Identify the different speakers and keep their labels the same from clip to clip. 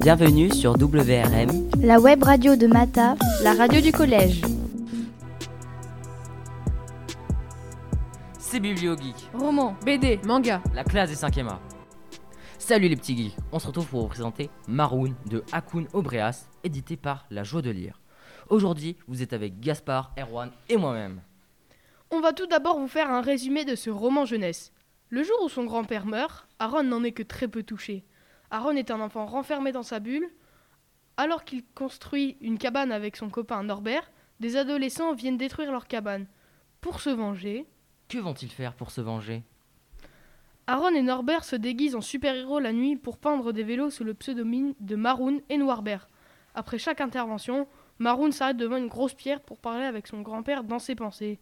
Speaker 1: Bienvenue sur WRM.
Speaker 2: La web radio de Mata, la radio du collège.
Speaker 1: C'est Bibliogeek,
Speaker 3: Roman, BD, manga.
Speaker 1: la classe des 5e A. Salut les petits geeks, on se retrouve pour vous présenter Maroon de Hakun Obreas, édité par La Joie de Lire. Aujourd'hui, vous êtes avec Gaspard, Erwan et moi-même.
Speaker 3: On va tout d'abord vous faire un résumé de ce roman jeunesse. Le jour où son grand-père meurt, Aaron n'en est que très peu touché. Aaron est un enfant renfermé dans sa bulle. Alors qu'il construit une cabane avec son copain Norbert, des adolescents viennent détruire leur cabane. Pour se venger,
Speaker 1: Que vont-ils faire pour se venger
Speaker 3: Aaron et Norbert se déguisent en super-héros la nuit pour peindre des vélos sous le pseudonyme de Maroon et Noirbert. Après chaque intervention, Maroon s'arrête devant une grosse pierre pour parler avec son grand-père dans ses pensées.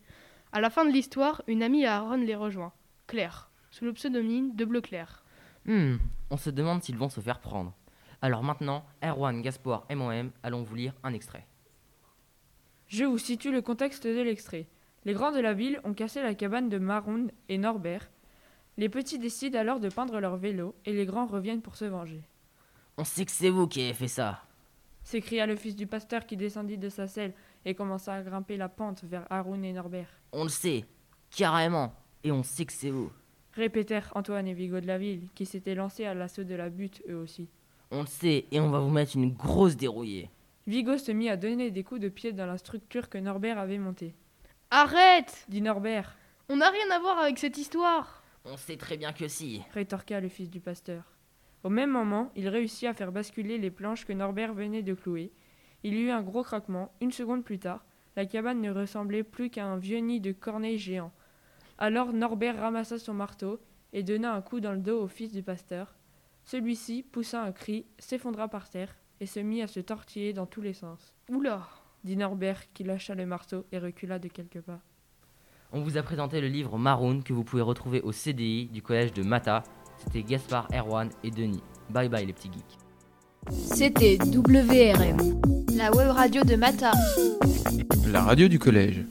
Speaker 3: À la fin de l'histoire, une amie à Aaron les rejoint, Claire, sous le pseudonyme de Bleu Claire.
Speaker 1: Hmm, on se demande s'ils vont se faire prendre. Alors maintenant, Erwan, Gaspard et moi-même allons vous lire un extrait.
Speaker 4: Je vous situe le contexte de l'extrait. Les grands de la ville ont cassé la cabane de Maroun et Norbert. Les petits décident alors de peindre leur vélo et les grands reviennent pour se venger.
Speaker 1: On sait que c'est vous qui avez fait ça.
Speaker 4: S'écria le fils du pasteur qui descendit de sa selle et commença à grimper la pente vers Haroun et Norbert.
Speaker 1: On le sait, carrément. Et on sait que c'est vous.
Speaker 4: Répétèrent Antoine et Vigo de la ville qui s'étaient lancés à l'assaut de la butte eux aussi.
Speaker 1: On le sait et on va vous mettre une grosse dérouillée.
Speaker 4: Vigo se mit à donner des coups de pied dans la structure que Norbert avait montée.
Speaker 3: Arrête
Speaker 4: Dit Norbert,
Speaker 3: On n'a rien à voir avec cette histoire
Speaker 1: On sait très bien que si.
Speaker 4: rétorqua le fils du pasteur. Au même moment, il réussit à faire basculer les planches que Norbert venait de clouer. Il y eut un gros craquement. Une seconde plus tard, la cabane ne ressemblait plus qu'à un vieux nid de corneilles géants. Alors Norbert ramassa son marteau et donna un coup dans le dos au fils du pasteur. Celui-ci poussa un cri, s'effondra par terre et se mit à se tortiller dans tous les sens,
Speaker 3: Oula
Speaker 4: dit Norbert qui lâcha le marteau et recula de quelques pas.
Speaker 1: On vous a présenté le livre Maroon que vous pouvez retrouver au CDI du collège de Mata. C'était Gaspard, Erwan et Denis. Bye bye les petits geeks.
Speaker 5: C'était WRM.
Speaker 2: La web radio de Mata.
Speaker 6: La radio du collège.